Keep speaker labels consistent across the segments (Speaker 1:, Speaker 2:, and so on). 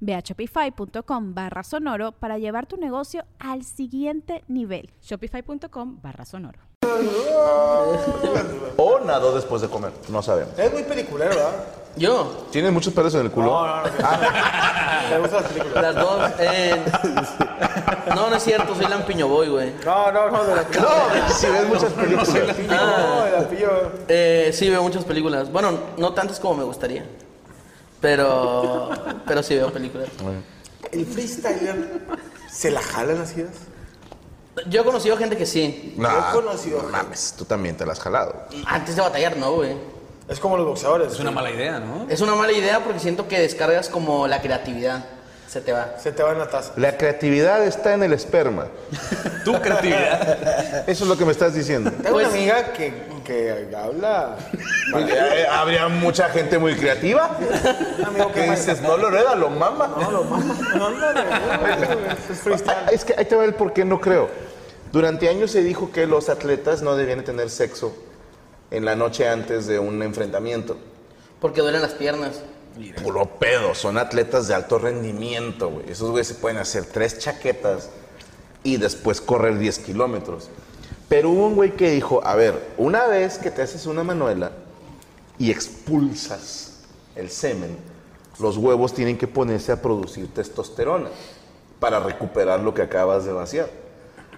Speaker 1: Ve a shopify.com barra sonoro para llevar tu negocio al siguiente nivel.
Speaker 2: Shopify.com barra sonoro.
Speaker 3: O nadó después de comer, no sabemos.
Speaker 4: Es muy peliculero, ¿verdad?
Speaker 5: Yo,
Speaker 3: ¿Tienes muchos pelos en el culo? Ah,
Speaker 4: No, no, no. Me gustan las películas.
Speaker 5: las dos. eh, no, no es cierto, soy lampiño boy, güey.
Speaker 4: No, no, no, de las
Speaker 3: Ah.
Speaker 4: películas.
Speaker 3: si ves muchas películas.
Speaker 4: No, de las pillo.
Speaker 5: Eh, sí, veo muchas películas. Bueno, no tantas como me gustaría. Pero, pero sí veo películas.
Speaker 4: ¿El freestyler se la jala en las ideas?
Speaker 5: Yo he conocido gente que sí.
Speaker 3: Nah,
Speaker 4: Yo he conocido gente.
Speaker 3: mames, tú también te las has jalado.
Speaker 5: Antes de batallar, no, güey.
Speaker 4: Es como los boxeadores.
Speaker 6: Es una mala idea, ¿no?
Speaker 5: Es una mala idea porque siento que descargas como la creatividad. Se te va.
Speaker 4: Se te va en la taza.
Speaker 3: La creatividad está en el esperma.
Speaker 6: Tu creatividad.
Speaker 3: Eso es lo que me estás diciendo.
Speaker 4: Tengo
Speaker 5: Pues-
Speaker 4: una amiga que, que habla.
Speaker 3: Eh, Habría mucha gente muy creativa
Speaker 4: Un amigo que
Speaker 3: que dices, no lo hereda, lo mama.
Speaker 4: No, lo manda. Es freestyle.
Speaker 3: Ah, Es que ahí te va el por qué no creo. Durante años se dijo que los atletas no debían tener sexo en la noche antes de un enfrentamiento.
Speaker 5: Porque duelen las piernas.
Speaker 3: Puro pedo, son atletas de alto rendimiento, güey. Esos güeyes se pueden hacer tres chaquetas y después correr 10 kilómetros. Pero hubo un güey que dijo, a ver, una vez que te haces una manuela y expulsas el semen, los huevos tienen que ponerse a producir testosterona para recuperar lo que acabas de vaciar.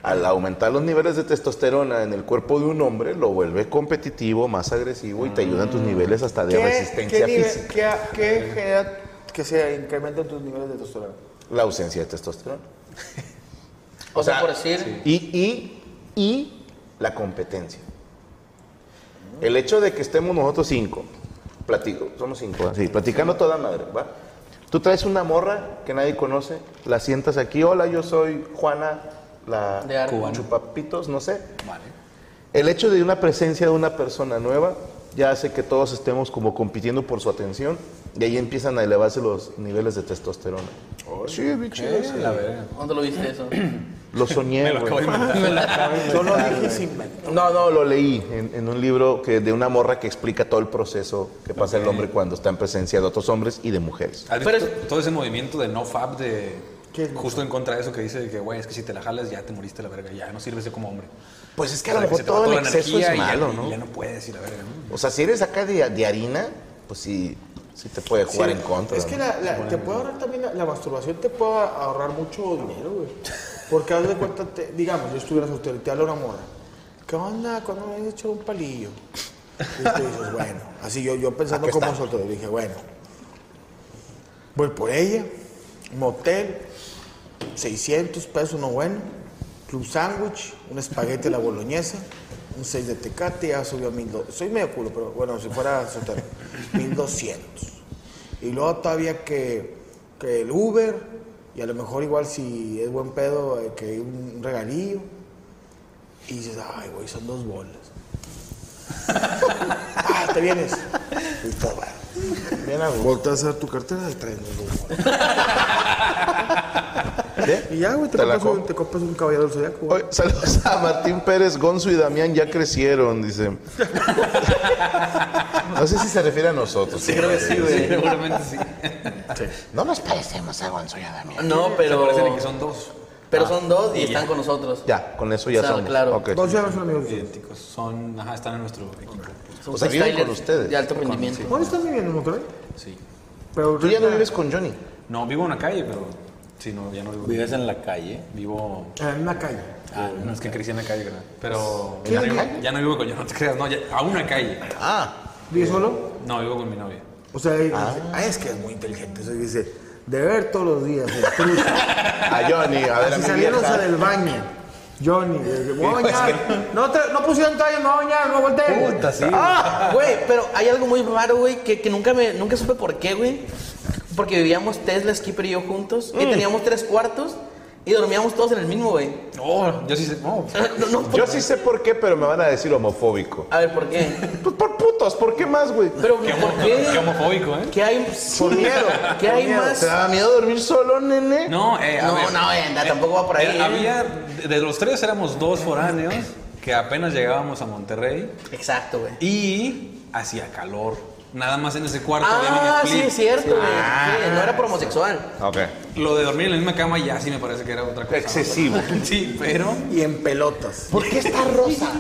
Speaker 3: Al aumentar los niveles de testosterona en el cuerpo de un hombre, lo vuelve competitivo, más agresivo y te ayudan tus niveles hasta de
Speaker 4: Mm. ¿Qué-
Speaker 3: resistencia
Speaker 4: qué nivel-
Speaker 3: física.
Speaker 4: qué, qué genera que se incrementen tus niveles de testosterona?
Speaker 3: La ausencia de testosterona.
Speaker 5: O,
Speaker 3: O
Speaker 5: sea,
Speaker 3: sea,
Speaker 5: por decir.
Speaker 3: Y, y, y la competencia. El hecho de que estemos nosotros cinco, platico, somos cinco, ¿eh? así, platicando toda madre, ¿va? Tú traes una morra que nadie conoce, la sientas aquí, hola, yo soy Juana, la
Speaker 5: De Arco.
Speaker 3: Cubana. chupapitos, no sé. El hecho de una presencia de una persona nueva ya hace que todos estemos como compitiendo por su atención y ahí empiezan a elevarse los niveles de testosterona. sí, bien chido, sí.
Speaker 5: ¿Dónde lo viste eso?
Speaker 3: Lo soñé,
Speaker 6: Me lo acabo de
Speaker 3: güey.
Speaker 6: inventar.
Speaker 4: Yo lo dije sin mente.
Speaker 3: No, no, lo leí en, en un libro que de una morra que explica todo el proceso que pasa el hombre cuando está en presencia de otros hombres y de mujeres.
Speaker 6: ¿Has
Speaker 5: Pero
Speaker 6: visto
Speaker 5: es-
Speaker 6: todo ese movimiento de no fab de
Speaker 4: ¿Qué es no
Speaker 6: justo en contra de eso que dice de que güey, es que si te la jalas ya te moriste la verga, ya no sirves como hombre.
Speaker 3: Pues es que
Speaker 6: O
Speaker 3: a lo
Speaker 6: sea,
Speaker 3: mejor
Speaker 6: se te va
Speaker 3: todo el
Speaker 6: toda la
Speaker 3: exceso
Speaker 6: energía
Speaker 3: es
Speaker 6: y ya-
Speaker 3: malo,
Speaker 6: y
Speaker 3: ¿no?
Speaker 6: Ya no puedes ir a verga, ¿no?
Speaker 3: O sea, si eres acá de, de harina, pues sí, sí te puede jugar
Speaker 4: Sí,
Speaker 3: en contra.
Speaker 4: Es que
Speaker 3: ¿no?
Speaker 4: la, la- te puede ahorrar también, la, la masturbación te puede ahorrar mucho dinero, güey. Porque haz de cuenta, te- digamos, yo estuviera soltero y te habla una morra. ¿Qué onda? ¿Cuándo me has hecho un palillo? Y tú dices, bueno, así yo, yo pensando
Speaker 3: Aquí
Speaker 4: como
Speaker 3: está.
Speaker 4: soltero, dije, bueno, voy por ella, motel, 600 pesos, no bueno, club sándwich, un espagueti a la boloñesa, un 6 de tecate, ya subió a 1200. Soy medio culo, pero bueno, si fuera soltero, 1200. Y luego todavía que, que el Uber, y a lo mejor igual si es buen pedo, eh, que un un regalillo. Y dices, ay, güey, son dos bolas. ah, te vienes. Y está bueno. Bien a gusto. Volteas a ver tu cartera y traes dos bolas.
Speaker 3: ¿Sí?
Speaker 4: Y ya, güey, te,
Speaker 3: Te la
Speaker 4: compras un,
Speaker 3: compro.
Speaker 4: te compras un caballero del zodiaco. güey.
Speaker 3: Oye, saludos a Martín Pérez, Gonzo y Damián ya crecieron, dice. No sé si se refiere a nosotros.
Speaker 5: Sí, creo que sí, güey.
Speaker 6: Seguramente sí.
Speaker 3: No nos parecemos a Gonzo y a Damián.
Speaker 5: No,
Speaker 6: Se
Speaker 5: pero.
Speaker 6: parecen en que son dos Ah,
Speaker 5: Pero son dos y, están con nosotros.
Speaker 3: Ya, con eso ya
Speaker 5: Claro,
Speaker 3: somos.
Speaker 5: claro.
Speaker 3: Ok.
Speaker 4: Dos ya no son amigos. tuyos.
Speaker 6: idénticos. Son, ajá, están en nuestro equipo.
Speaker 5: Son
Speaker 3: O sea, viven
Speaker 5: freestylers
Speaker 3: con ustedes.
Speaker 5: De alto rendimiento.
Speaker 4: ¿Dónde están viviendo en Monterrey?
Speaker 6: Sí.
Speaker 4: ¿eh? Pero
Speaker 3: Tú ya no vives con Johnny.
Speaker 6: No, vivo en la calle, pero Sí, no, ya no vivo.
Speaker 7: Vives en la calle.
Speaker 6: Vivo.
Speaker 4: En la misma calle.
Speaker 6: Ah, no, es que crecí en la calle, ¿verdad? Pero.
Speaker 4: ¿Qué
Speaker 6: Ya no,
Speaker 4: calle?
Speaker 6: vivo, ya no vivo con yo, no te creas, no, ya- a una calle.
Speaker 3: Ah,
Speaker 4: ¿Vives solo?
Speaker 6: No, vivo con mi novia.
Speaker 4: O sea, él dice, "Ah, es que es muy inteligente. Eso dice, de ver todos los días. el truco".
Speaker 3: a Johnny, a ver, a
Speaker 4: Así
Speaker 3: mi
Speaker 4: saliéndose
Speaker 3: vieja.
Speaker 4: del baño. Johnny, desde, "Me voy
Speaker 3: pues
Speaker 4: a bañar". No, te- no pusieron toalla, me voy a bañar, no volteé.
Speaker 6: Puta, sí.
Speaker 5: Ah, güey, pero hay algo muy raro, güey, que, que nunca me, nunca supe por qué, güey. Porque vivíamos Tesla, Skipper y yo juntos,
Speaker 3: Mm.
Speaker 5: y teníamos tres cuartos, y dormíamos todos en el mismo, güey. Oh.
Speaker 6: No, yo sí sé. No,
Speaker 5: No, no, por-
Speaker 3: Yo sí sé por qué, pero me van a decir homofóbico.
Speaker 5: A ver, ¿por qué?
Speaker 3: Pues por putos, ¿por qué más, güey?
Speaker 5: Pero,
Speaker 6: qué,
Speaker 5: ¿por
Speaker 6: homo-
Speaker 5: qué?
Speaker 6: qué homofóbico, ¿eh?
Speaker 5: ¿Qué hay?
Speaker 3: Por miedo.
Speaker 5: ¿Qué
Speaker 3: por
Speaker 5: hay
Speaker 3: miedo.
Speaker 5: más?
Speaker 3: ¿Te daba miedo dormir solo, nene?
Speaker 6: No, eh, a
Speaker 5: No,
Speaker 6: ver.
Speaker 5: no, eh, na- tampoco va por ahí, eh.
Speaker 6: Había, de de los tres éramos dos foráneos que apenas llegábamos a Monterrey
Speaker 5: Exacto, güey.
Speaker 6: y hacía calor. Nada más en ese cuarto.
Speaker 5: Ah,
Speaker 6: había
Speaker 5: sí,
Speaker 6: mini split.
Speaker 5: es cierto, güey.
Speaker 3: Ah.
Speaker 5: Sí, no era por homosexual.
Speaker 3: Ok.
Speaker 6: Lo de dormir en la misma cama ya sí me parece que era otra cosa.
Speaker 3: Excesivo.
Speaker 6: Sí, pero.
Speaker 4: Y en pelotas.
Speaker 3: ¿Por qué está rosa?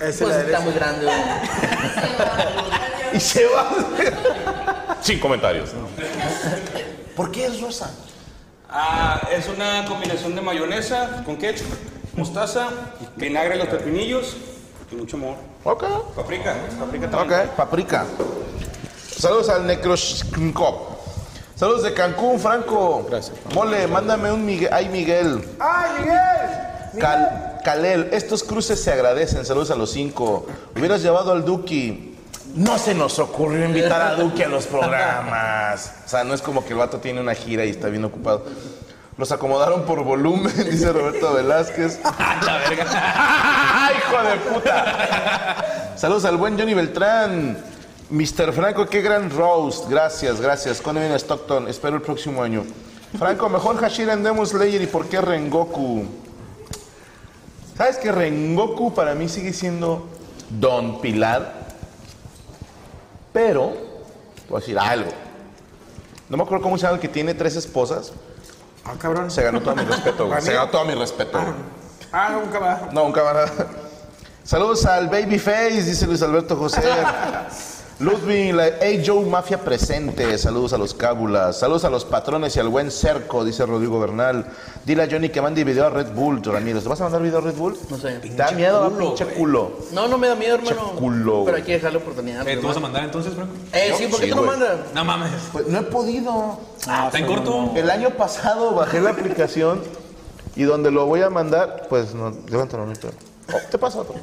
Speaker 4: Esa es
Speaker 5: Pues
Speaker 4: la
Speaker 5: está
Speaker 4: derecha.
Speaker 5: muy grande, güey.
Speaker 3: Y se va. Sin comentarios. ¿Por qué es rosa?
Speaker 7: Ah, es una combinación de mayonesa con ketchup, mostaza, vinagre, los pepinillos y mucho amor.
Speaker 3: Ok.
Speaker 7: Paprika, paprika
Speaker 3: Ok,
Speaker 7: también.
Speaker 3: paprika. Saludos al Necroshkop. Saludos de Cancún, Franco. Gracias. Mole, mándame un Miguel. Ay, Miguel.
Speaker 4: ¡Ay, Miguel!
Speaker 3: Cal- Calel, estos cruces se agradecen. Saludos a los cinco. Hubieras llevado al Duki. No se nos ocurrió invitar a Duki a los programas. O sea, no es como que el vato tiene una gira y está bien ocupado. Los acomodaron por volumen, dice Roberto Velázquez.
Speaker 6: La verga.
Speaker 3: ¡Hijo de puta! Saludos al buen Johnny Beltrán. Mr. Franco, qué gran roast. Gracias, gracias. Cuando viene Stockton, espero el próximo año. Franco, mejor Hashira en Demon Slayer y por qué Rengoku. ¿Sabes que Rengoku para mí sigue siendo Don Pilar? Pero, te voy a decir algo. No me acuerdo cómo se llama el que tiene tres esposas.
Speaker 4: Ah, cabrón.
Speaker 3: Se ganó todo mi respeto, güey. Se ganó todo mi respeto, güey.
Speaker 7: Ah, no, un caballo.
Speaker 3: No, un camarada. Saludos al Babyface, dice Luis Alberto José. Ludwig, la Hey Joe Mafia presente. Saludos a los cábulas. Saludos a los patrones y al buen cerco, dice Rodrigo Bernal. Dile a Johnny que mande video a Red Bull, Ramírez. ¿Te vas a mandar video a Red Bull?
Speaker 5: No sé.
Speaker 3: ¿Te da miedo, va,
Speaker 6: culo,
Speaker 3: pinche
Speaker 6: güey.
Speaker 3: culo?
Speaker 5: No, no me da miedo, hermano.
Speaker 3: culo, güey.
Speaker 5: Pero hay que dejar la oportunidad.
Speaker 6: Eh, ¿Tú vas a
Speaker 5: hermano.
Speaker 6: mandar entonces, Franco?
Speaker 5: Eh, sí, ¿por qué
Speaker 3: Sí,
Speaker 5: tú no
Speaker 3: güey.
Speaker 5: mandas?
Speaker 6: No mames.
Speaker 3: Pues no he podido.
Speaker 5: Ah,
Speaker 6: ¿Está en corto?
Speaker 3: El año pasado bajé la aplicación y donde lo voy a mandar, pues no, levántalo, no hay pedo. Oh, te pasa otro.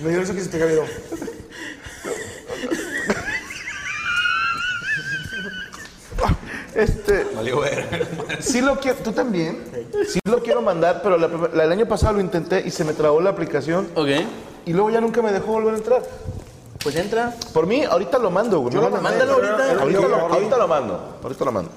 Speaker 4: Me dio eso que se te cayó.
Speaker 3: Este.
Speaker 6: Valió ver.
Speaker 3: Sí lo quiero, tú también. Sí lo quiero mandar, pero la primer- la- el año pasado lo intenté y se me trabó la aplicación
Speaker 5: Ok.
Speaker 3: y luego ya nunca me dejó volver a entrar.
Speaker 5: Pues entra.
Speaker 3: Por mí, ahorita lo mando, güey.
Speaker 5: Yo
Speaker 3: Me
Speaker 5: lo-
Speaker 3: mandan-
Speaker 5: mándalo ahorita.
Speaker 3: Ahorita lo, ahorita lo mando. Ahorita lo mando.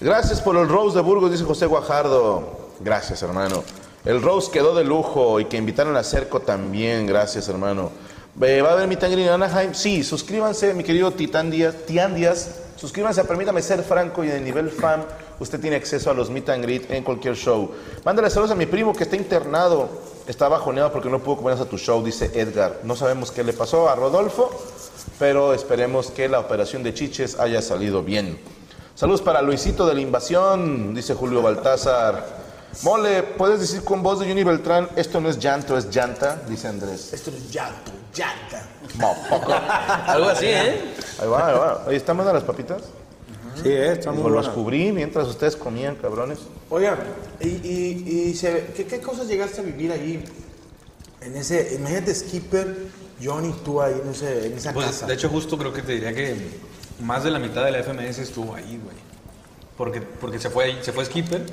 Speaker 3: Gracias por el Rose de Burgos, dice José Guajardo. Gracias, hermano. El Rose quedó de lujo y que invitaron a Cerco también. Gracias, hermano. Eh, ¿Va a haber mi tangri en Anaheim? Sí, suscríbanse, mi querido Titán Díaz. Tian Díaz, suscríbanse, a permítame ser franco y de nivel fan. Usted tiene acceso a los meet and greet en cualquier show. Mándale saludos a mi primo que está internado. Está bajoneado porque no pudo comer hasta tu show, dice Edgar. No sabemos qué le pasó a Rodolfo, pero esperemos que la operación de chiches haya salido bien. Saludos para Luisito de la Invasión, dice Julio Baltázar. Mole, ¿puedes decir con voz de Juni Beltrán, esto no es llanto, es llanta? Dice Andrés.
Speaker 4: Esto es llanto, llanta.
Speaker 3: Motherfucker.
Speaker 5: Algo así, ¿eh?
Speaker 3: Ahí va, ahí va. Oye, ¿están buenas las papitas?
Speaker 7: Sí, eh, está
Speaker 3: Digo, las cubrí mientras ustedes comían, cabrones.
Speaker 4: Oiga, y, y, y se- ¿qué, qué cosas llegaste a vivir allí? En ese, imagínate Skipper, Johnny, tú ahí en, ese, en esa
Speaker 6: Pues,
Speaker 4: casa.
Speaker 6: de hecho, justo creo que te diría que más de la mitad de la FMS estuvo ahí, güey. Porque, porque se, fue, se fue Skipper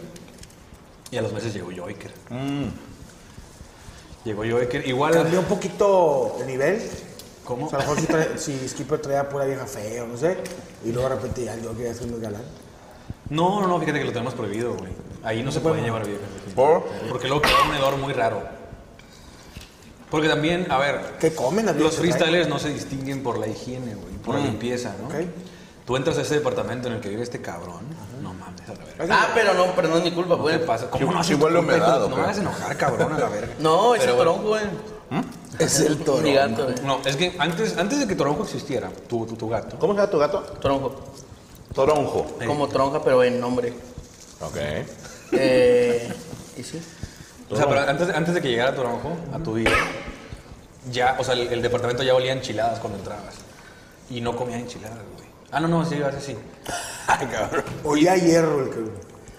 Speaker 6: y a los meses llegó Joiker.
Speaker 4: Mm.
Speaker 6: Llegó Joiker.
Speaker 4: Cambió
Speaker 6: Igual.
Speaker 4: un poquito de nivel.
Speaker 6: ¿Cómo?
Speaker 4: O sea, a lo mejor si, trae- si Skipper traía pura vieja fea, o no sé. Y luego de repente ya yo quería ser muy galán.
Speaker 6: No, no, no, fíjate que lo tenemos prohibido, güey. Ahí no se pueden llevar viejas. güey.
Speaker 3: ¿Por?
Speaker 6: Porque luego quedó un hedor muy raro. Porque también, a ver,
Speaker 4: ¿Qué comen? las
Speaker 6: Los
Speaker 4: viejas que traen?
Speaker 6: freestylers no se distinguen por la higiene, güey, por la limpieza, ¿no?
Speaker 4: Mm. Ok.
Speaker 6: Tú entras a ese departamento en el que vive este cabrón, no mames, a la verga.
Speaker 5: Ah, pero no, pero no es mi culpa,
Speaker 6: ¿Qué
Speaker 5: güey.
Speaker 6: pasa? ¿Cómo
Speaker 3: Sí,
Speaker 6: no haces
Speaker 3: sí huele
Speaker 6: tu culpa, hijo de-
Speaker 3: humedado,
Speaker 6: No
Speaker 3: pero-
Speaker 6: me hagas enojar, cabrón, a la verga.
Speaker 5: No, es el toronco, güey. Es el toronco. ¿Mm? Mi gato, eh. güey.
Speaker 6: No, es que antes, antes de que Toronjo existiera, tu, tu, tu gato,
Speaker 3: ¿Cómo se llama tu gato?
Speaker 5: Toronco.
Speaker 3: Toronjo.
Speaker 5: Como tronja, pero en nombre.
Speaker 3: Ok.
Speaker 5: Eh, ¿Y sí?
Speaker 6: O sea, pero antes, antes de que llegara tu Toronjo, a tu vida, ya, o sea, el, el departamento ya olía a enchiladas cuando entrabas. Y no comía enchiladas, güey. Ah, no, no, sí, ibas así. Ay, cabrón.
Speaker 4: Olía a hierro el cabrón.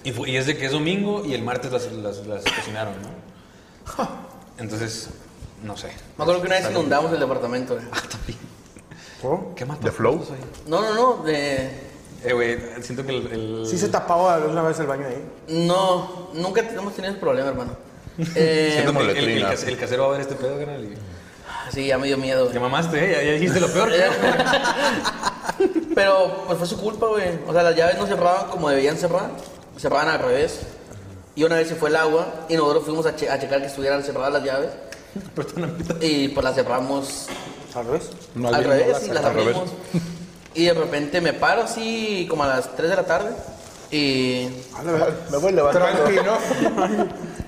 Speaker 6: Y, fue- y es de que es domingo y el martes las, las- las cocinaron, ¿no? Entonces, no sé.
Speaker 5: Me acuerdo que una vez inundamos el departamento. güey.
Speaker 4: ¿Cómo?
Speaker 6: ¿Qué más?
Speaker 3: ¿De flow?
Speaker 6: pasó ahí?
Speaker 5: No, no, no. de-
Speaker 6: Eh, güey, siento que el... el-
Speaker 4: Sí se tapaba una vez el baño ahí.
Speaker 5: No, nunca hemos tenido ese problema, hermano. Eh,
Speaker 6: siento que el, el-
Speaker 3: Letrina.
Speaker 6: el cas- el casero va a ver este pedo, carnal. y-
Speaker 5: sí, ya me dio miedo. güey.
Speaker 6: Ya mamaste, ¿eh? Ya, ya dijiste lo peor. creo.
Speaker 5: Pero pues fue su culpa, güey. O sea, las llaves no cerraban como debían cerrar. Cerraban al revés. Y una vez se fue el agua y nosotros fuimos a, che- a checar que estuvieran cerradas las llaves. Y pues las cerramos
Speaker 4: Al revés.
Speaker 3: No,
Speaker 5: al
Speaker 3: alguien no
Speaker 5: revés
Speaker 3: las
Speaker 5: y
Speaker 3: saca
Speaker 5: las
Speaker 3: al revés.
Speaker 5: abrimos. Y de repente me paro así como a las 3 de la tarde y,
Speaker 4: A Ah, la verdad.
Speaker 3: Me voy levantando.
Speaker 4: Tranquilo.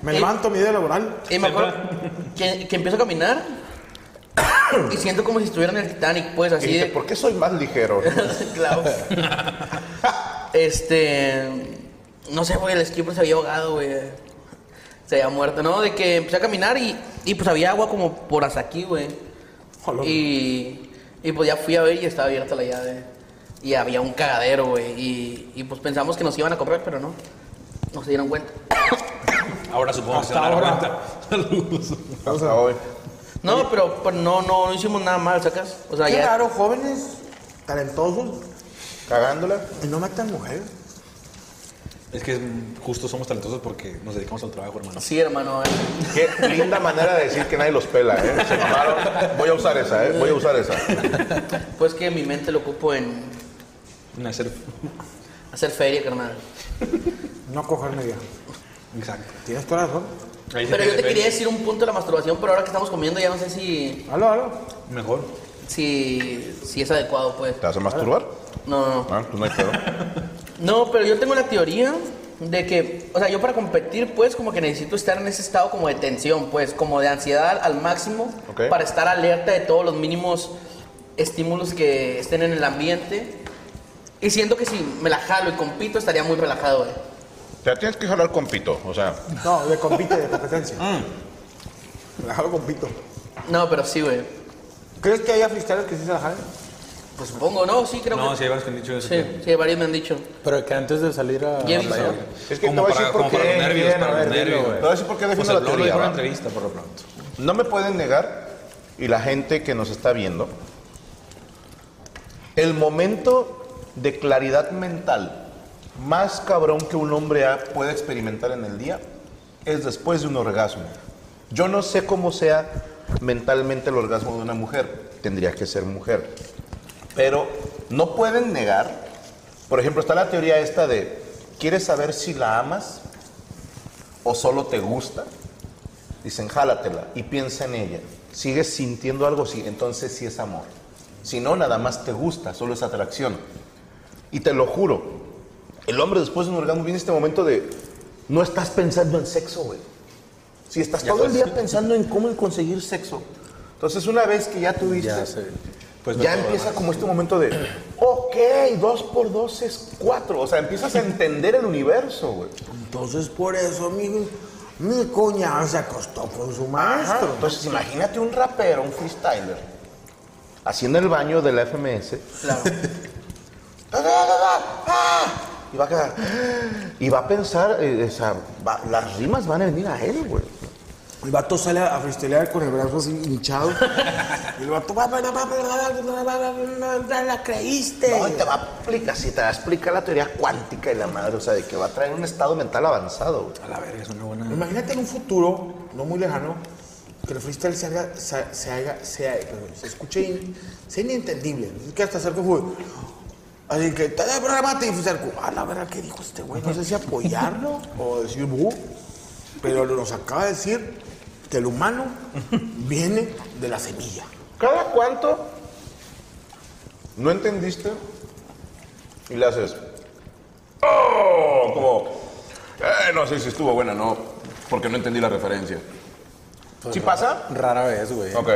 Speaker 4: Me levanto mi día laboral.
Speaker 5: y me acuerdo que, que empiezo a caminar y siento como si estuviera en el Titanic, pues
Speaker 3: Y
Speaker 5: así
Speaker 3: dije,
Speaker 5: de...
Speaker 3: ¿por qué soy más ligero?
Speaker 5: claro. Este. No sé, güey, el skipper se había ahogado, güey. Se había muerto, ¿no? De que empecé a caminar y, y pues había agua como por hasta aquí, güey.
Speaker 4: Hola.
Speaker 5: Y, y pues ya fui a ver y estaba abierta la llave. Y había un cagadero, güey. Y, y pues pensamos que nos iban a correr, pero no. No se dieron cuenta.
Speaker 6: Ahora supongo que se
Speaker 4: Hasta
Speaker 6: van a dar
Speaker 4: ahora.
Speaker 6: cuenta. Saludos.
Speaker 3: Hasta hoy.
Speaker 5: No, pero, pero no, no, no hicimos nada mal, ¿sacas? O sea,
Speaker 4: Qué
Speaker 5: ya.
Speaker 4: raro, jóvenes, talentosos,
Speaker 3: Cagándola.
Speaker 4: y no matan mujeres.
Speaker 6: Es que mm, justo somos talentosos porque nos dedicamos al trabajo, hermano.
Speaker 5: Sí, hermano. eh.
Speaker 3: Qué linda manera de decir que nadie los pela, ¿eh? Se mamaron. Voy a usar esa, ¿eh? Voy a usar esa.
Speaker 5: Pues que mi mente lo ocupo en
Speaker 6: Una ser-
Speaker 5: hacer feria, carnal.
Speaker 4: No coger media.
Speaker 6: Exacto.
Speaker 4: Tienes toda la razón.
Speaker 6: Ahí se
Speaker 5: Pero yo te
Speaker 6: entiende.
Speaker 5: quería decir un punto de la masturbación, pero ahora que estamos comiendo ya no sé si,
Speaker 4: Aló, aló.
Speaker 6: Mejor.
Speaker 5: si, si es adecuado, pues.
Speaker 3: ¿Te vas a masturbar?
Speaker 5: No, no, no.
Speaker 3: Ah, pues no hay pedo.
Speaker 5: No, pero yo tengo la teoría de que, o sea, yo para competir, pues, como que necesito estar en ese estado como de tensión, pues, como de ansiedad al máximo,
Speaker 3: Ok.
Speaker 5: para estar alerta de todos los mínimos estímulos que estén en el ambiente. Y siento que si me la jalo y compito, estaría muy relajado, güey.
Speaker 3: O sea, tienes que jalar con pito, o sea.
Speaker 4: No, de compite, de competencia.
Speaker 8: Mm.
Speaker 4: Me la jalo con pito.
Speaker 5: No, pero sí, güey.
Speaker 4: ¿Crees que haya freestylers que sí se la jalen?
Speaker 5: Pues supongo, no, sí, creo
Speaker 6: No,
Speaker 5: que.
Speaker 6: si hay varios que han dicho eso.
Speaker 5: Sí,
Speaker 6: que-
Speaker 5: sí, varios me han dicho.
Speaker 8: Pero que antes de salir a.
Speaker 5: Ya he visto.
Speaker 3: Es que
Speaker 6: como
Speaker 3: te voy a decir
Speaker 6: para, como
Speaker 3: por
Speaker 6: para
Speaker 3: qué,
Speaker 6: los nervios,
Speaker 3: bien,
Speaker 6: para
Speaker 3: a
Speaker 6: los
Speaker 3: ver,
Speaker 6: nervios,
Speaker 3: dilo,
Speaker 6: güey.
Speaker 3: te voy a decir por qué defiendo
Speaker 6: O sea,
Speaker 3: la
Speaker 6: Lolo
Speaker 3: teoría,
Speaker 6: dijo en
Speaker 3: va.
Speaker 6: una entrevista, por lo pronto.
Speaker 3: No me pueden negar, y la gente que nos está viendo, el momento de claridad mental más cabrón que un hombre ha- puede experimentar en el día es después de un orgasmo. Yo no sé cómo sea mentalmente el orgasmo de una mujer, tendría que ser mujer. Pero no pueden negar, por ejemplo, está la teoría esta de, ¿quieres saber si la amas o solo te gusta? Dicen, jálatela y piensa en ella. ¿Sigues sintiendo algo? Sí, entonces sí es amor. Si no, nada más te gusta, solo es atracción. Y te lo juro, el hombre después de un orgasmo viene este momento de, no estás pensando en sexo, güey. Si estás todo el día pensando en cómo conseguir sexo. Entonces una vez que ya tuviste,
Speaker 8: Ya sé.
Speaker 6: Pues
Speaker 3: ya
Speaker 6: no,
Speaker 3: empieza como este momento de, ok, dos por dos es cuatro. O sea, empiezas a entender el universo, güey.
Speaker 4: Entonces, por eso, amigos, mi cuñado se acostó con su
Speaker 3: Ajá,
Speaker 4: maestro.
Speaker 3: Entonces, imagínate un rapero, un freestyler, haciendo el baño de la FMS.
Speaker 5: Claro.
Speaker 3: Ah. Y va a quedar. Y va a pensar, eh, o sea, va- las rimas van a venir a él, güey.
Speaker 4: El vato sale a freestylear con el brazo así hinchado. y el vato, "Va, va, va, va, va, va, va, va, va, va, la creíste.
Speaker 3: No, y te va a explicar, si te va a explicar la teoría cuántica y la madre, o sea, de que va a traer un estado mental avanzado, güey.
Speaker 6: A la verga, es una buena.
Speaker 4: Imagínate en un futuro, no muy lejano, que el freestyle se haga, se, se haga, se, haga- perdón, se escuche, in- sea inentendible. Es que hasta cerco fue. Así que, te da remate y fue cerco. A la verdad, ¿qué dijo este güey? No sé si apoyarlo o decir bu. Pero nos acaba de decir que el humano viene de la semilla.
Speaker 3: ¿Cada cuánto no entendiste? Y le haces. ¡Oh! Como. "Eh, no sé si estuvo buena, no. Porque no entendí la referencia. ¿Sí pasa?
Speaker 8: Rara vez, güey.
Speaker 3: Ok.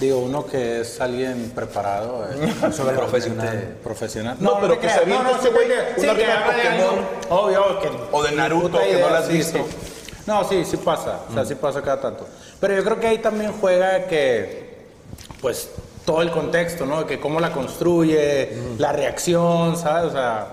Speaker 4: Digo, uno que es alguien preparado, eh, profesional. profesional.
Speaker 3: No, pero que se avienta este güey una rima de Pokémon.
Speaker 4: Obvio que.
Speaker 3: O de
Speaker 4: ni
Speaker 3: Naruto,
Speaker 4: puta
Speaker 3: que no la has
Speaker 4: sí,
Speaker 3: visto.
Speaker 4: sí. No, sí, sí pasa. O sea, sí pasa cada tanto. Pero yo creo que ahí también juega que. Pues todo el contexto, ¿no? Que cómo la construye, la reacción, ¿sabes? O sea.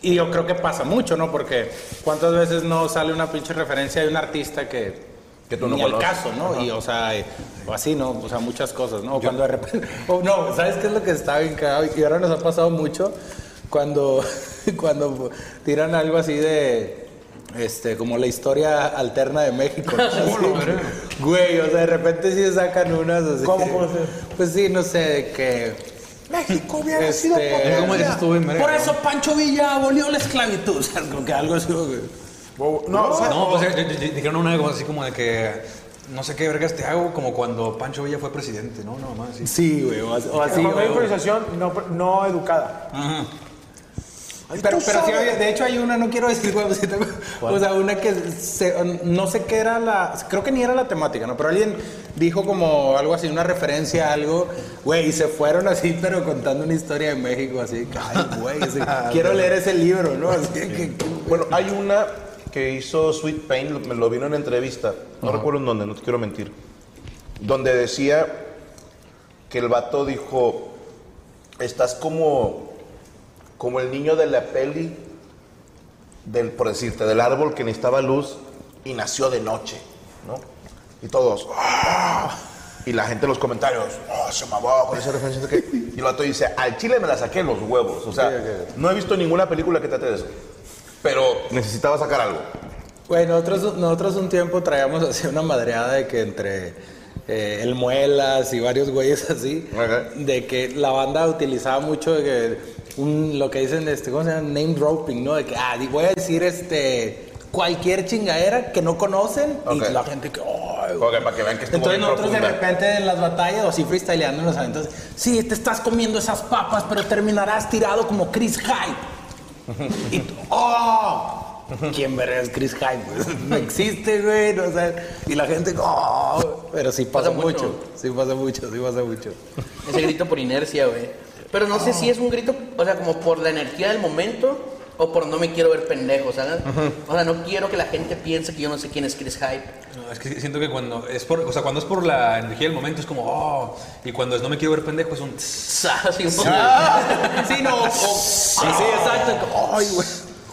Speaker 4: Y yo creo que pasa mucho, ¿no? Porque cuántas veces no sale una pinche referencia de un artista que.
Speaker 3: Que tú no
Speaker 4: ni al
Speaker 3: conoces.
Speaker 4: caso, ¿no? Y, o sea, eh, o así, ¿no? O sea, muchas cosas, ¿no? Cuando de repente. o no, ¿sabes qué es lo que está bien cagado? Y ahora nos ha pasado mucho cuando, cuando tiran algo así de. Este, como la historia alterna de México. ¿no? Así, güey, o sea, de repente sí sacan unas así.
Speaker 9: ¿Cómo, cómo es eso?
Speaker 4: Pues sí, no sé, de que.
Speaker 9: México hubiera
Speaker 4: Este,
Speaker 9: sido
Speaker 4: es como
Speaker 9: potencia.
Speaker 6: dices tú, güey, merga,
Speaker 4: Por
Speaker 6: ¿no?
Speaker 4: eso Pancho Villa abolió la esclavitud. O sea, como que algo así, güey.
Speaker 9: Bobo- No, o sea,
Speaker 6: No, pues eh, di- di- dijeron una cosa así como de que no sé qué vergas te hago, como cuando Pancho Villa fue presidente, ¿no? No, más así.
Speaker 4: Sí, güey, o as- o así.
Speaker 6: Sí,
Speaker 9: Cuando hay
Speaker 4: güey.
Speaker 9: improvisación no, no educada.
Speaker 6: Ajá.
Speaker 9: Ay,
Speaker 4: Pero,
Speaker 9: tú
Speaker 4: pero sí
Speaker 9: sabes.
Speaker 4: había- de hecho hay una, no quiero decir cuál, si tengo- o sea, una que se- no sé qué era la, creo que ni era la temática, ¿no? Pero alguien dijo como algo así, una referencia a algo, güey, y se fueron así, pero contando una historia de México, así, que, ay, güey, así,
Speaker 6: Ah,
Speaker 4: quiero leer ese libro, ¿no? Así que,
Speaker 3: Bueno, hay una que hizo Sweet Pain, lo- me lo vino en una entrevista, no recuerdo en dónde, no te quiero mentir, donde decía que el vato dijo, estás como, como el niño de la peli, del, por decirte, del árbol que necesitaba luz y nació de noche, ¿no? Y todos, "Ah". y la gente en los comentarios, "Ah, se mamó con esa referencia. no sé qué". Y el vato dice, al chile me la saqué en los huevos, o sea, no he visto ninguna película que trate de eso. Pero necesitaba sacar algo.
Speaker 4: Güey, nosotros, nosotros un tiempo traíamos así una madreada de que entre eh, el Muelas y varios güeyes así,
Speaker 3: Ajá.
Speaker 4: de que la banda utilizaba mucho de que un- lo que dicen, este, ¿cómo se llama? Name dropping, ¿no? De que, ah, di- voy a decir este cualquier chingadera que no conocen
Speaker 3: Ok.
Speaker 4: y la gente que, "Ay, güey".
Speaker 3: Ok, para que vean que estuvo bien
Speaker 4: Entonces nosotros de
Speaker 3: profunda.
Speaker 4: repente en las batallas, o así freestyleando en los eventos, sí, te estás comiendo esas papas, pero terminarás tirado como Chris Hyde. y tú, ¡oh! ¿Quién verás es Chris Hyde? güey? no existe, güey. no sé. y la gente, ¡oh! Pero sí pasa,
Speaker 5: Pasa mucho.
Speaker 4: mucho. Sí pasa mucho, sí pasa mucho.
Speaker 5: Ese grito por inercia, güey. Pero no sé si es un grito, o sea, como por la energía del momento o por no me quiero ver pendejo, ¿sabes? O sea, no quiero que la gente piense que yo no sé quién es Chris Hype.
Speaker 6: No, es que siento que cuando es por, o sea, cuando es por la energía del momento es como, oh, y cuando es no me quiero ver pendejo es un tss.
Speaker 5: Así, güey.
Speaker 3: Ah.
Speaker 4: Sí, no. o- sí,
Speaker 5: ah,
Speaker 4: sí, exacto. ¡Ay, güey!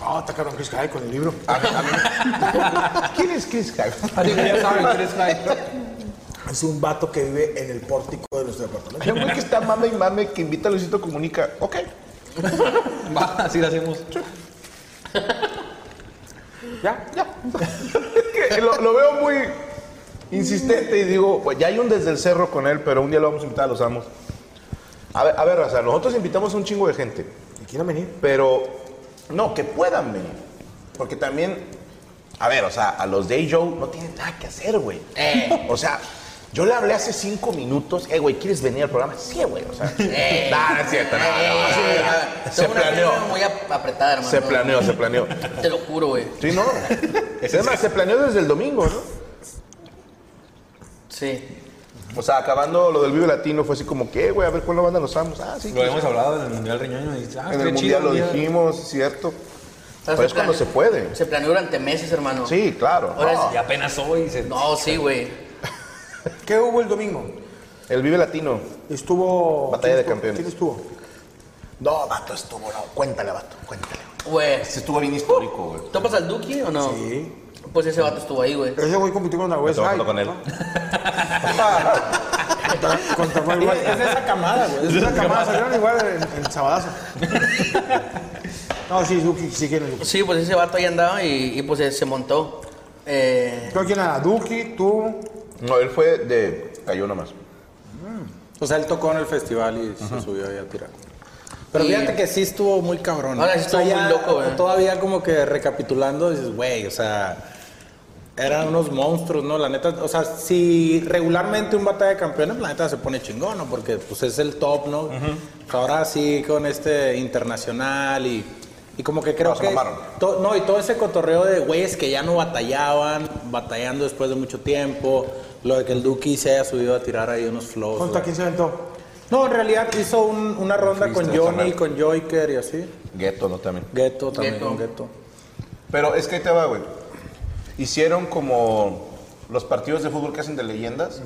Speaker 9: Ah, está cabrón Chris Hyde con el libro.
Speaker 3: Ah, ¿Quién es Chris Hack?
Speaker 4: Así que Ah, ya saben, Chris Hyde.
Speaker 9: Es un vato que vive en el pórtico de nuestro departamento.
Speaker 3: Hay un güey que está mame y mame que invita a Luisito Comunica. Ok.
Speaker 6: Va, así lo hacemos.
Speaker 3: Ya, ya. Es que lo, lo veo muy insistente y digo, pues ya hay un desde el cerro con él, pero un día lo vamos a invitar a los amos. A ver, a ver, Raza, nosotros invitamos a un chingo de gente,
Speaker 9: ¿Y quieren venir?
Speaker 3: pero no, que puedan venir. Porque también, a ver, o sea, a los Day Joe no tienen nada que hacer, güey. O sea, yo le hablé hace cinco minutos, eh, güey, ¿quieres venir al programa? Sí, güey, o sea.
Speaker 5: Eh.
Speaker 3: Nah, no es cierto, no, no, no,
Speaker 5: Eh,
Speaker 3: no, no,
Speaker 5: ah,
Speaker 3: no.
Speaker 5: tengo
Speaker 3: Se
Speaker 5: una
Speaker 3: planeó.
Speaker 5: pierna muy ap- apretada, hermano.
Speaker 3: Se planeó, se planeó.
Speaker 5: Te lo juro, güey.
Speaker 3: Sí, no. Es más, se planeó desde el domingo, ¿no?
Speaker 5: Sí.
Speaker 3: O sea, acabando lo del Vive Latino fue así como que, "Eh, güey, a ver cuándo banda nos vamos. Ah, sí.
Speaker 6: Lo habíamos hablado en el Mundial Riñoño y ah,
Speaker 3: en
Speaker 6: qué
Speaker 3: el
Speaker 6: chido,
Speaker 3: mundial lo
Speaker 6: día.
Speaker 3: dijimos, cierto.
Speaker 5: O sea,
Speaker 3: Pero es cuando
Speaker 5: planeó-
Speaker 3: se puede.
Speaker 5: Se planeó durante meses, hermano.
Speaker 3: Sí, claro.
Speaker 5: Ahora
Speaker 3: No,
Speaker 5: es-
Speaker 6: Y apenas hoy se
Speaker 5: No, sí, güey.
Speaker 9: ¿Qué hubo el domingo?
Speaker 3: El Vive Latino.
Speaker 9: Estuvo.
Speaker 3: Batalla de
Speaker 9: ¿quién estuvo?
Speaker 3: campeones.
Speaker 9: ¿Quién estuvo?
Speaker 3: No, vato, estuvo, no. Cuéntale, vato, cuéntale.
Speaker 5: Güey.
Speaker 3: Se estuvo bien histórico, güey.
Speaker 5: ¿Topas al Duki o no?
Speaker 9: Sí.
Speaker 5: Pues ese vato estuvo ahí, güey.
Speaker 9: Ese güey compitió contra
Speaker 3: Me
Speaker 9: West
Speaker 3: estoy
Speaker 9: Hyde.
Speaker 3: bajando con él.
Speaker 9: Contra, contra West
Speaker 4: Es
Speaker 9: Hyde.
Speaker 4: es esa camada, güey.
Speaker 9: Es una camada, salieron igual en, en sabadazo. No, sí, Duki, sí quieren Duki.
Speaker 5: Sí, pues ese vato ahí andaba y, y, pues se- se montó. Eh,
Speaker 9: Creo que era Duki, tú.
Speaker 3: No, él fue de. Cayó nomás.
Speaker 4: O sea, él tocó en el festival y se subió ahí a tirar. Pero
Speaker 5: Y-
Speaker 4: fíjate que sí estuvo muy cabrón.
Speaker 5: Ahora sí
Speaker 4: O sea,
Speaker 5: estuvo muy loco, güey.
Speaker 4: Todavía como que recapitulando, dices, güey, o sea, eran unos monstruos, ¿no? La neta, o sea, si regularmente un batalla de campeones, la neta se pone chingón, ¿no? Porque pues es el top, ¿no? Ahora sí con este internacional y
Speaker 8: Y como que creo
Speaker 3: No, se
Speaker 8: que.
Speaker 3: mamaron.
Speaker 8: to- no, y todo ese cotorreo de güeyes que ya no batallaban, batallando después de mucho tiempo. Lo de que el Duki se haya subido a tirar ahí unos flows.
Speaker 4: ¿Contra
Speaker 8: güey.
Speaker 4: quién se aventó?
Speaker 8: No, en realidad hizo un- una ronda con
Speaker 3: Freestyle.
Speaker 8: Johnny, con Joyker y así.
Speaker 3: Gueto, ¿no? También.
Speaker 8: Ghetto también,
Speaker 5: Ghetto.
Speaker 8: con Ghetto.
Speaker 3: Pero es que ahí te va, güey. Hicieron como los partidos de fútbol que hacen de leyendas,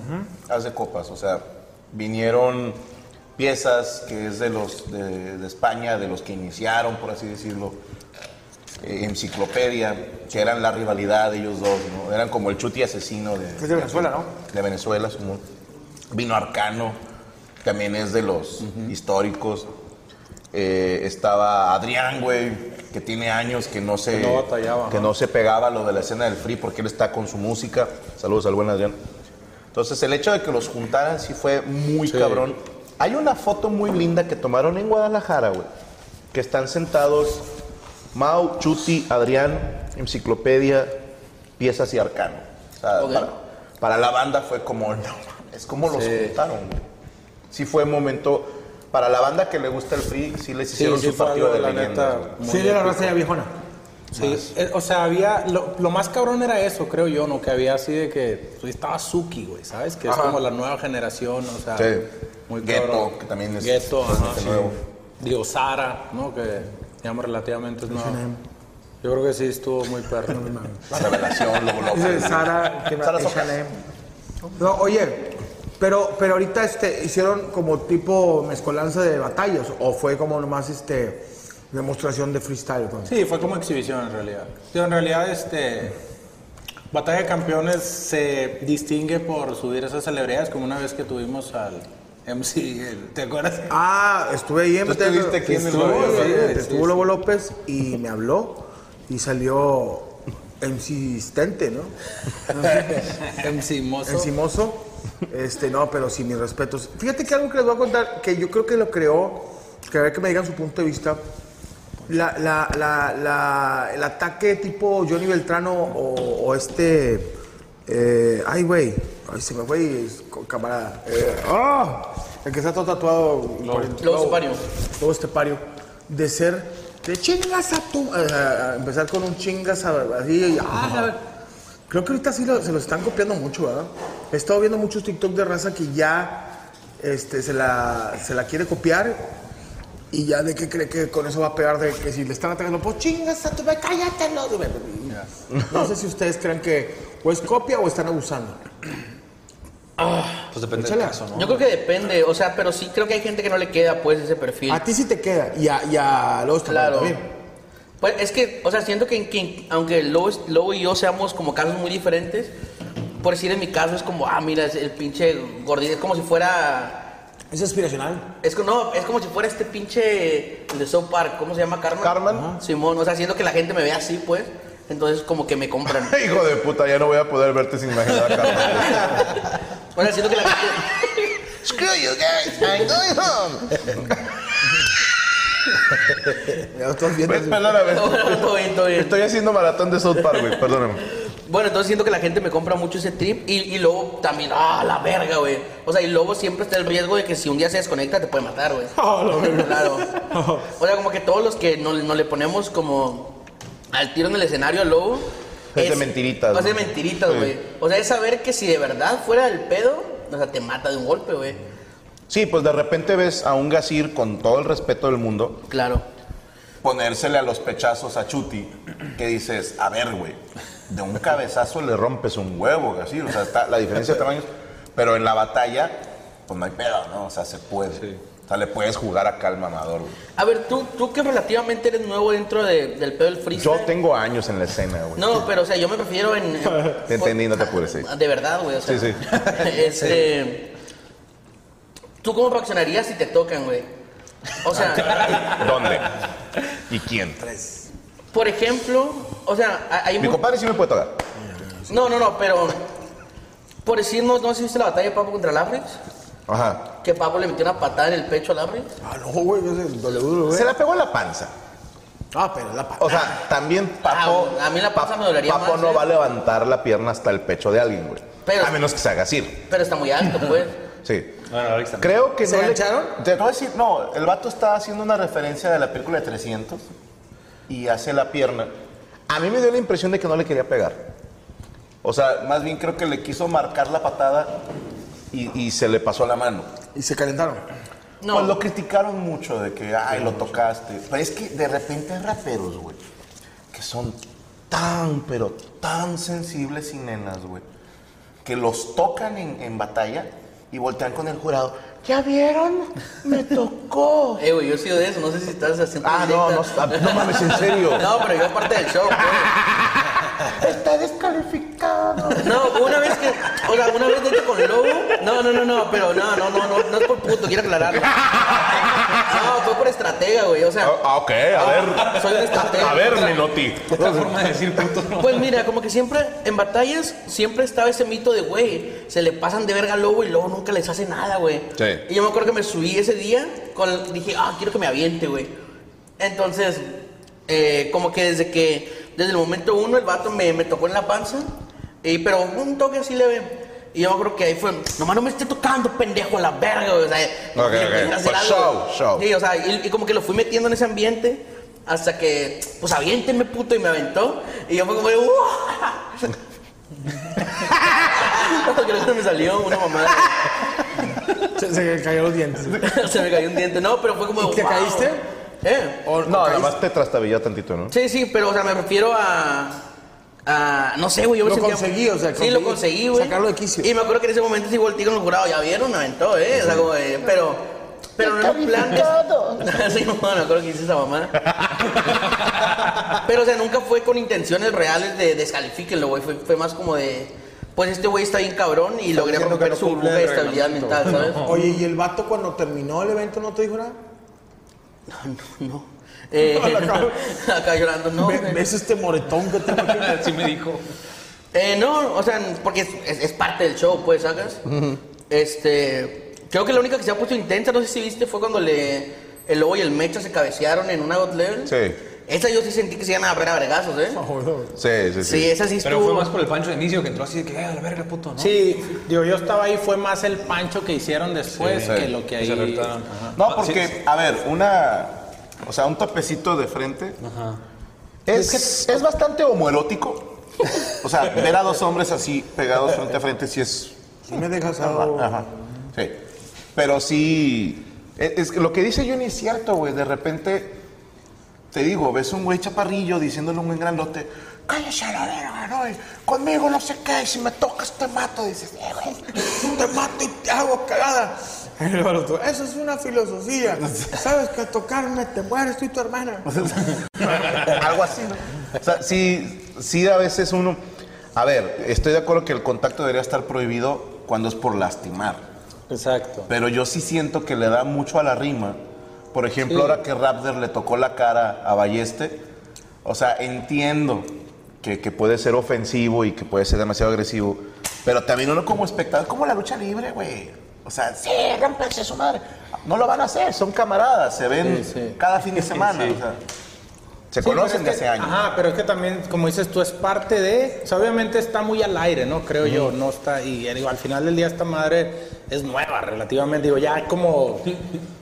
Speaker 3: haz de copas. O sea, vinieron piezas que es de los de, de España, de los que iniciaron, por así decirlo, eh, enciclopedia, que eran la rivalidad de ellos dos, ¿no? Eran como el chuti asesino de,
Speaker 4: Es de Venezuela, ¿no?
Speaker 3: de Venezuela, supongo. Vino Arcano, también es de los históricos. Eh, estaba Adrián, güey, que tiene años que no se.
Speaker 8: Que no batallaba,
Speaker 3: que
Speaker 8: ajá.
Speaker 3: no se pegaba a lo de la escena del free porque él está con su música. Saludos al buen Adrián. Entonces, el hecho de que los juntaran sí fue muy
Speaker 8: Sí.
Speaker 3: cabrón. Hay una foto muy linda que tomaron en Guadalajara, güey. Que están sentados Mau, Chuti, Adrián, Enciclopedia, Piezas y Arcano. O sea,
Speaker 5: Ok.
Speaker 3: para, para la banda fue como, no, es como los juntaron, güey. Sí fue momento, para la banda que le gusta el free, sí les
Speaker 8: Sí,
Speaker 3: hicieron
Speaker 8: sí
Speaker 3: su
Speaker 8: fue
Speaker 3: partido
Speaker 8: algo,
Speaker 3: de
Speaker 8: la
Speaker 3: leyendas,
Speaker 8: neta.
Speaker 3: güey.
Speaker 8: muy
Speaker 4: Sí, de la raza ya viejona.
Speaker 8: Sí, eh, o sea, había. Lo, lo más cabrón era eso, creo yo, ¿no? Que había así de que. pues, Estaba Suki, güey, ¿sabes? Que es
Speaker 5: Ajá.
Speaker 8: como la nueva generación, o sea.
Speaker 3: Sí.
Speaker 8: Muy
Speaker 3: Ghetto,
Speaker 8: cabrón.
Speaker 3: que también es
Speaker 8: Ghetto, ajá,
Speaker 3: bastante
Speaker 8: sí.
Speaker 3: nuevo.
Speaker 8: Digo, Sara, ¿no? Que digamos relativamente es nueva. Yo creo que sí estuvo muy perro.
Speaker 3: La revelación, lo loco.
Speaker 4: Dice Sara, que me
Speaker 3: Sara
Speaker 4: que
Speaker 3: Socas.
Speaker 4: Shalem. No, oye, pero, pero ahorita este, hicieron como tipo mezcolanza de batallas o fue como nomás este demostración de freestyle. pues. güey?
Speaker 8: Sí, fue como exhibición en realidad. Yo en realidad, este. Batalla de Campeones se distingue por subir esas celebridades, como una vez que tuvimos al MC, el- ¿te acuerdas?
Speaker 4: Ah, estuve ahí en
Speaker 3: Tú estuviste aquí en el
Speaker 4: Estuvo,
Speaker 3: barrio,
Speaker 4: sí,
Speaker 8: ¿verdad?
Speaker 4: estuvo
Speaker 8: Sí,
Speaker 4: Lobo López y me habló y salió insistente, ¿no?
Speaker 8: MC Mozo.
Speaker 4: Encimoso. Este, no, pero sí, mis respetos. Fíjate que algo que les voy a contar, que yo creo que lo creó, que a ver que me digan su punto de vista. La, la, la, la- el ataque tipo Johnny Beltrano o, o este. eh, ay, güey. Ay, se me fue es co- camarada. Eh, ¡ah! El que está todo tatuado. por-
Speaker 5: Lobo Estepario.
Speaker 4: Lobo Estepario. este De ser. De chingas a tu. a- a empezar con un chingas a- así. y- ah, la ver- Creo que ahorita sí lo- se lo están copiando mucho, ¿verdad? He estado viendo muchos TikTok de raza que ya este, se, la, se la quiere copiar y ya de que cree que con eso va a pegar, de que si le están atacando, pues chingas a tu madre, cállate, no. No sé si ustedes creen que o es copia o están abusando.
Speaker 6: Pues depende
Speaker 4: Échala.
Speaker 6: del caso, ¿no?
Speaker 5: Yo creo que depende, o sea, pero sí creo que hay gente que no le queda pues ese perfil.
Speaker 4: A ti sí te queda y a, y a los
Speaker 5: Claro.
Speaker 4: también.
Speaker 5: Pues es que, o sea, siento que, que aunque Lobo, es- Lobo y yo seamos como casos muy diferentes, por decir en mi caso es como, ah, mira, es el pinche gordito, es como si fuera.
Speaker 4: Es aspiracional.
Speaker 5: Es que no, es como si fuera este pinche el de South Park, ¿cómo se llama? Carmen.
Speaker 3: Cartman.
Speaker 5: Simón, o sea, siento que la gente me ve así, pues, entonces como que me compran.
Speaker 3: Hijo de puta, ya no voy a poder verte sin imaginar a Carmen.
Speaker 5: O sea, siento que la gente.
Speaker 3: Screw you guys, I'm going home.
Speaker 4: Ya estás viendo.
Speaker 3: Pues, perdóname,
Speaker 5: Todo bien, todo bien.
Speaker 3: estoy haciendo maratón de South Park, güey, perdóname.
Speaker 5: Bueno, entonces siento que la gente me compra mucho ese trip y, y Lobo también, ah, la verga, güey. O sea, y Lobo siempre está el riesgo de que si un día se desconecta te puede matar, güey. claro. O sea, como que todos los que no, no le ponemos como al tiro en el escenario al Lobo.
Speaker 3: Es de mentiritas,
Speaker 5: no, Es de
Speaker 3: ¿no?
Speaker 5: mentiritas,
Speaker 3: Sí.
Speaker 5: güey. O sea, es saber que si de verdad fuera el pedo, o sea, te mata de un golpe, güey.
Speaker 3: Sí, pues de repente ves a un Gasir con todo el respeto del mundo
Speaker 5: Claro.
Speaker 3: ponérsele a los pechazos a Chuti, que dices, a ver, güey, de un cabezazo le rompes un huevo, así, o sea, está la diferencia de tamaños, pero en la batalla, pues no hay pedo, ¿no? O sea, se puede. O sea, le puedes jugar acá al mamador, güey.
Speaker 5: A ver, tú, tú que relativamente eres nuevo dentro de- del pedo del freestyle.
Speaker 3: Yo tengo años en la escena, güey.
Speaker 5: No, pero o sea, yo me refiero en. en-
Speaker 3: Te entendí, no te apures, sí.
Speaker 5: De verdad, güey. O sea,
Speaker 3: Sí, sí.
Speaker 5: Este. ¿Tú cómo reaccionarías si te tocan, güey? O sea,
Speaker 3: ¿Dónde? ¿Y quién?
Speaker 5: por ejemplo, o sea, hay- hay
Speaker 3: Mi
Speaker 5: mu-
Speaker 3: compadre sí me puede tocar.
Speaker 5: No, no, no, pero. Por decir, no, no sé si viste la batalla de Papo contra Labrix,
Speaker 3: Ajá.
Speaker 5: que Papo le metió una patada en el pecho a Labrix.
Speaker 4: Ah, no, güey, yo sé, E, WWE.
Speaker 3: Se la pegó en la panza.
Speaker 4: Ah, pero la pa-
Speaker 3: O sea, también Papo.
Speaker 5: Ah, a mí la panza me dolería
Speaker 3: Papo
Speaker 5: más,
Speaker 3: no
Speaker 5: ¿eh?
Speaker 3: va a levantar la pierna hasta el pecho de alguien, güey.
Speaker 5: Pero-
Speaker 3: A menos que se haga así.
Speaker 5: Pero está muy alto, pues.
Speaker 3: Sí.
Speaker 6: Bueno, Alex también.
Speaker 3: Creo que
Speaker 4: ¿Se
Speaker 3: no le-
Speaker 4: agacharon?
Speaker 3: Te voy a decir, no, el vato está haciendo una referencia de la película de 300 y hace la pierna. A mí me dio la impresión de que no le quería pegar. O sea, más bien creo que le quiso marcar la patada y, y se le pasó la mano.
Speaker 4: Y se calentaron.
Speaker 5: No.
Speaker 3: Pues lo criticaron mucho de que, ay, lo tocaste. Pero es que de repente hay raperos, güey, que son tan, pero tan sensibles y nenas, güey, que los tocan en, en batalla y voltean con el jurado. ¿Ya vieron? Me tocó.
Speaker 5: Eh, güey, yo he sido de eso, no sé si estás haciendo.
Speaker 3: ah, no, no,
Speaker 5: directa.
Speaker 3: no mames, en serio.
Speaker 5: No, pero yo aparte del show, pues. güey.
Speaker 3: Está descalificado.
Speaker 5: No, una vez que. O sea, una vez de hecho con el lobo. No, no, no, no, pero no, no, no, no, no es por puto, quiero aclararlo. No, fue por estratega, güey. O sea.
Speaker 3: Ah, ok, a ver.
Speaker 5: Soy un estratega.
Speaker 3: A ver, Menotti.
Speaker 6: Otra forma de decir puto. ¿no?
Speaker 5: Pues mira, como que siempre en batallas siempre estaba ese mito de, güey, se le pasan de verga al lobo y luego nunca les hace nada, güey.
Speaker 3: Sí.
Speaker 5: Y yo me acuerdo que me subí ese día, con, dije, ah, quiero que me aviente, güey. Entonces, eh, como que desde que, desde el momento uno, el vato me, me tocó en la panza, y, pero un toque así leve. Y yo creo que ahí fue, nomás no me esté tocando, pendejo, a la verga, güey. O sea, como
Speaker 3: Ok,
Speaker 5: que le
Speaker 3: ok.
Speaker 5: quería hacer
Speaker 3: Pues
Speaker 5: algo.
Speaker 3: show, show.
Speaker 5: Sí, y, o sea, y, y como que lo fui metiendo en ese ambiente hasta que, pues aviénteme, puto, y me aventó. Y yo fue como, de, "Uah". Creo que me salió una mamada.
Speaker 4: Se, se le cayeron los dientes.
Speaker 5: Se me cayó un diente. No, pero fue como.
Speaker 4: ¿Y te caíste?
Speaker 5: ¿Eh?
Speaker 4: ¿O- o
Speaker 3: No, nada
Speaker 4: caíste?
Speaker 3: más te trastabilló tantito, ¿no?
Speaker 5: Sí, sí, pero, o sea, me refiero a. a no sé, güey. Yo me
Speaker 4: Lo
Speaker 5: sentía-
Speaker 4: conseguí, o sea,
Speaker 5: Sí, lo
Speaker 4: conseguí
Speaker 5: conseguí, güey.
Speaker 4: sacarlo de quicio.
Speaker 5: Y me acuerdo que en ese momento sí volteé con los jurados. Ya vieron, me aventó, ¿eh? O sea, como. de- pero. Pero no era un plan de. sí, no, me acuerdo que hice esa mamá. Pero, o sea, nunca fue con intenciones reales de descalifíquenlo, güey. Fue, fue más como de. Pues este güey está bien cabrón y logré
Speaker 8: diciendo que
Speaker 5: romper
Speaker 8: no
Speaker 5: su
Speaker 8: cumple
Speaker 5: burbuja de
Speaker 8: el
Speaker 5: estabilidad
Speaker 8: reglamento.
Speaker 5: mental, ¿sabes?
Speaker 4: Oye, ¿y el vato cuando terminó el evento no te dijo nada?
Speaker 5: No. Eh,
Speaker 4: No, la acabo-
Speaker 5: acá llorando, no.
Speaker 4: Ve-
Speaker 5: güey.
Speaker 4: ¿Ves este moretón que tengo aquí?
Speaker 6: Así me dijo.
Speaker 5: Eh, no, o sea, porque es, es- es parte del show, pues, ¿sacas? Este. Creo que la única que se ha puesto intensa, no sé si viste, fue cuando le. El lobo y el mecha se cabecearon en una God Level.
Speaker 3: Sí.
Speaker 5: Esa yo sí sentí que se iban a ver a vergazos, ¿eh?
Speaker 3: Sí, sí, sí.
Speaker 5: sí, esa sí estuvo.
Speaker 6: Pero fue más por el pancho de inicio que entró así de que, "Eh, a la verga, puto, ¿no?
Speaker 8: Sí, digo, yo estaba ahí, fue más el pancho que hicieron después
Speaker 3: Sí.
Speaker 8: que lo que ahí.
Speaker 6: Se retaron. Ajá.
Speaker 4: Ah,
Speaker 3: No, porque, a ver, una. O sea, un topecito de frente. Es, es bastante homoerótico. O sea, ver a dos hombres así pegados frente a frente sí es.
Speaker 4: Sí me dejas algo.
Speaker 3: Ajá, ajá, Sí. Pero sí. Es, es que lo que dice Johnny es cierto, güey. De repente. Te digo, ves un güey chaparrillo diciéndole a un buen grandote. Cállese a la verga, ¿no? Y Conmigo no sé qué, y si me tocas te mato. Dices, "Eh, güey,
Speaker 4: Te mato y te hago cagada. El vato, Eso es una filosofía. Sabes que al tocarme te mueres tú y tu hermana.
Speaker 3: Algo así, ¿no? O sea, sí, sí a veces uno... A ver, estoy de acuerdo que el contacto debería estar prohibido cuando es por lastimar.
Speaker 8: Exacto.
Speaker 3: Pero yo sí siento que le da mucho a la rima. Por ejemplo, ahora que Raptor le tocó la cara a Balleste, o sea, entiendo que, que puede ser ofensivo y que puede ser demasiado agresivo, pero también uno como espectador, como la lucha libre, güey. O sea, sí, rompanse su madre. No lo van a hacer, son camaradas, se ven
Speaker 8: Sí, sí.
Speaker 3: cada fin de semana.
Speaker 8: Sí.
Speaker 3: o sea, se
Speaker 8: Sí, pero
Speaker 3: conocen
Speaker 8: es
Speaker 3: de
Speaker 8: que-
Speaker 3: hace años.
Speaker 8: Ajá, pero es que también, como dices tú, es parte de. O sea, obviamente está muy al aire, ¿no? Creo yo, no está. Y eh, digo, al final del día, esta madre es nueva, relativamente. Digo, ya como.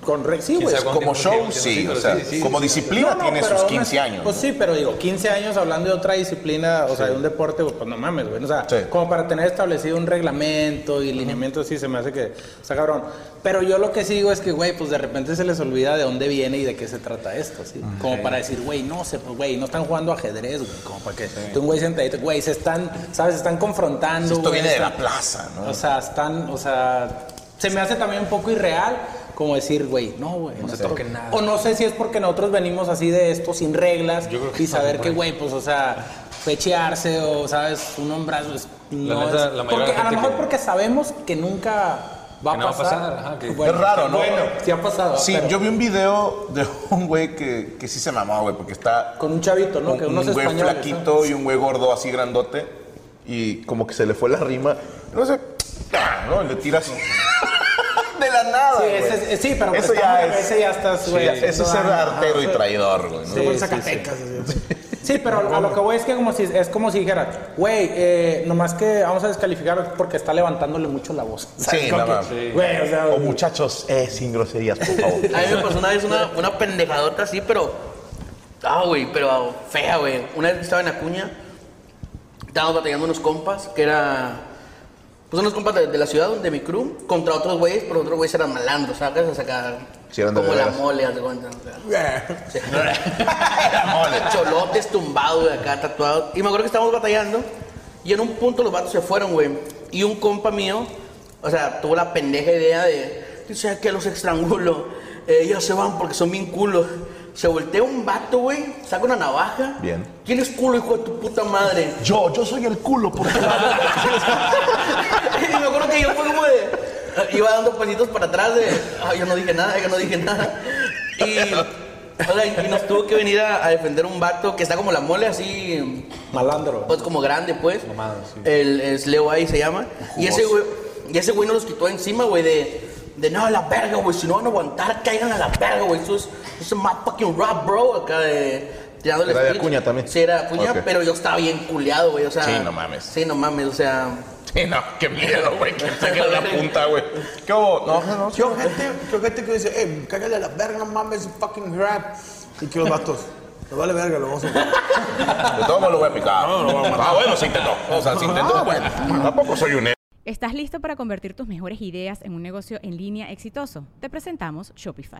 Speaker 8: Con re- sí,
Speaker 6: Quién
Speaker 4: Pues,
Speaker 8: güey,
Speaker 6: sabe cuánto
Speaker 3: Como
Speaker 6: tiempo
Speaker 3: show,
Speaker 6: tiene,
Speaker 3: sí, o
Speaker 6: pero
Speaker 3: sea,
Speaker 6: sí, sí,
Speaker 3: como
Speaker 6: sí.
Speaker 3: disciplina
Speaker 8: No, no,
Speaker 3: tiene
Speaker 8: pero
Speaker 3: sus
Speaker 8: aún
Speaker 3: 15
Speaker 8: es-
Speaker 3: años.
Speaker 8: Pues sí, pero digo, 15 años hablando de otra disciplina, o sea, de un deporte, pues no mames, güey. O sea,
Speaker 3: Sí.
Speaker 8: como para tener establecido un reglamento y lineamientos, sí, se me hace que está cabrón. Pero yo lo que sí digo es que, güey, pues de repente se les olvida de dónde viene y de qué se trata esto, ¿sí?
Speaker 3: Ah,
Speaker 8: Como para decir, güey, no sé, pues, güey, no están jugando ajedrez, güey, como para que tú un güey sentadito, güey, se están, ¿sabes? Se están confrontando.
Speaker 3: Esto
Speaker 8: güey,
Speaker 3: viene de la
Speaker 8: están-
Speaker 3: plaza, ¿no?
Speaker 8: o sea, están, o sea, se me hace también un poco irreal como decir, güey, no, güey. No
Speaker 6: se toquen nada.
Speaker 8: O no sé si es porque nosotros venimos así de esto sin reglas
Speaker 6: Yo creo que
Speaker 8: y
Speaker 6: está
Speaker 8: saber
Speaker 6: bien
Speaker 8: que,
Speaker 6: por
Speaker 8: güey, pues, o sea, fechearse o, sabes, un hombrazo es- pues, no
Speaker 6: neta,
Speaker 8: es-
Speaker 6: la mayoría de la
Speaker 8: porque, A
Speaker 6: gente
Speaker 8: lo mejor
Speaker 6: que-
Speaker 8: porque sabemos que nunca va
Speaker 6: Que
Speaker 8: a
Speaker 6: no va a
Speaker 8: pasar.
Speaker 6: pasar, ajá, que-
Speaker 8: Bueno,
Speaker 3: Es raro, ¿no?
Speaker 8: Bueno, sí ha pasado.
Speaker 3: Sí,
Speaker 8: pero
Speaker 3: yo vi un video de un güey que, que sí se mamó, güey, porque está
Speaker 8: Con un chavito, ¿no?
Speaker 3: un,
Speaker 8: que
Speaker 3: un
Speaker 8: unos
Speaker 3: güey
Speaker 8: españoles. ¿no?
Speaker 3: flaquito y un güey gordo así grandote y como que se le fue la rima. No sé, ah, ¿no? Le tiras de la nada,
Speaker 8: Sí,
Speaker 3: güey.
Speaker 8: ese es- eh, sí, pero
Speaker 3: eso
Speaker 8: está
Speaker 3: ya
Speaker 8: muy-
Speaker 3: es,
Speaker 8: ese ya estás,
Speaker 3: sí,
Speaker 8: güey,
Speaker 3: eso es ser
Speaker 8: toda-
Speaker 3: artero y
Speaker 8: ajá.
Speaker 3: traidor, güey. ¿no?
Speaker 8: Sí, sí, sí.
Speaker 4: Zacatecas. así.
Speaker 8: Sí, pero a lo que voy es que como si, es como si dijera, güey, eh, nomás que vamos a descalificar porque está levantándole mucho la voz. ¿Sabes?
Speaker 3: Sí,
Speaker 8: Como
Speaker 3: no
Speaker 8: que,
Speaker 3: mames. Sí.
Speaker 8: Güey, o sea,
Speaker 3: O muchachos, eh, sin groserías, por favor.
Speaker 5: A mí me pasó una vez una, una pendejadota así, pero Ah, güey, pero fea, güey. Una vez que estaba en Acuña, estábamos batallando unos compas, que era... Pues unos compas de, de la ciudad, de mi crew, contra otros güeyes, pero otros güeyes eran malandros, ¿sabes? O sea, acá,
Speaker 3: Sí, eran de
Speaker 5: como la
Speaker 3: veras.
Speaker 5: mole, haz de cuenta. o sea. Sí. Cholotes tumbados de acá, tatuados. Y me acuerdo que estábamos batallando. Y en un punto los vatos se fueron, güey. Y un compa mío, o sea, tuvo la pendeja idea de. Dice "Ah, que los estrangulo. Eh, ellos se van porque son bien culos. Se voltea un vato, güey. Saca una navaja.
Speaker 3: Bien.
Speaker 5: ¿Quién es culo, hijo de tu puta madre?
Speaker 3: Yo, yo soy el culo, por favor.
Speaker 5: y me acuerdo que yo fue como de. Iba dando pasitos para atrás de. "Ah, yo no dije nada, yo no dije nada. Y. o sea, y nos tuvo que venir a, a defender un vato que está como la mole así.
Speaker 8: Malandro.
Speaker 5: Pues como grande, pues.
Speaker 6: Mamado, sí.
Speaker 5: El es Leo ahí se llama. Y ese güey, y ese güey no los quitó encima, güey, de. De no, a la verga, güey, si no van a aguantar, caigan a la verga, güey. Eso es, eso es más fucking rap, bro. Acá de. Tirándole
Speaker 3: Era de
Speaker 5: speech.
Speaker 3: Acuña también.
Speaker 5: Sí, era Acuña,
Speaker 3: Ok.
Speaker 5: pero yo estaba bien culeado, güey. O sea.
Speaker 3: Sí, no mames.
Speaker 5: Sí, no mames, o sea.
Speaker 3: Sí, no, qué miedo, güey. Que saque la punta, güey. ¿Qué hubo? No, no, no.
Speaker 4: Yo, gente, yo, gente que dice, eh, cágale a la verga, no mames, fucking rap. Y que los vatos, me vale verga, lo vamos a hacer.
Speaker 3: De todo modo lo voy a picar. ah, bueno, se intentó. O sea, se intentó. bueno, tampoco soy un
Speaker 2: ¿Estás listo para convertir tus mejores ideas en un negocio en línea exitoso? Te presentamos Shopify.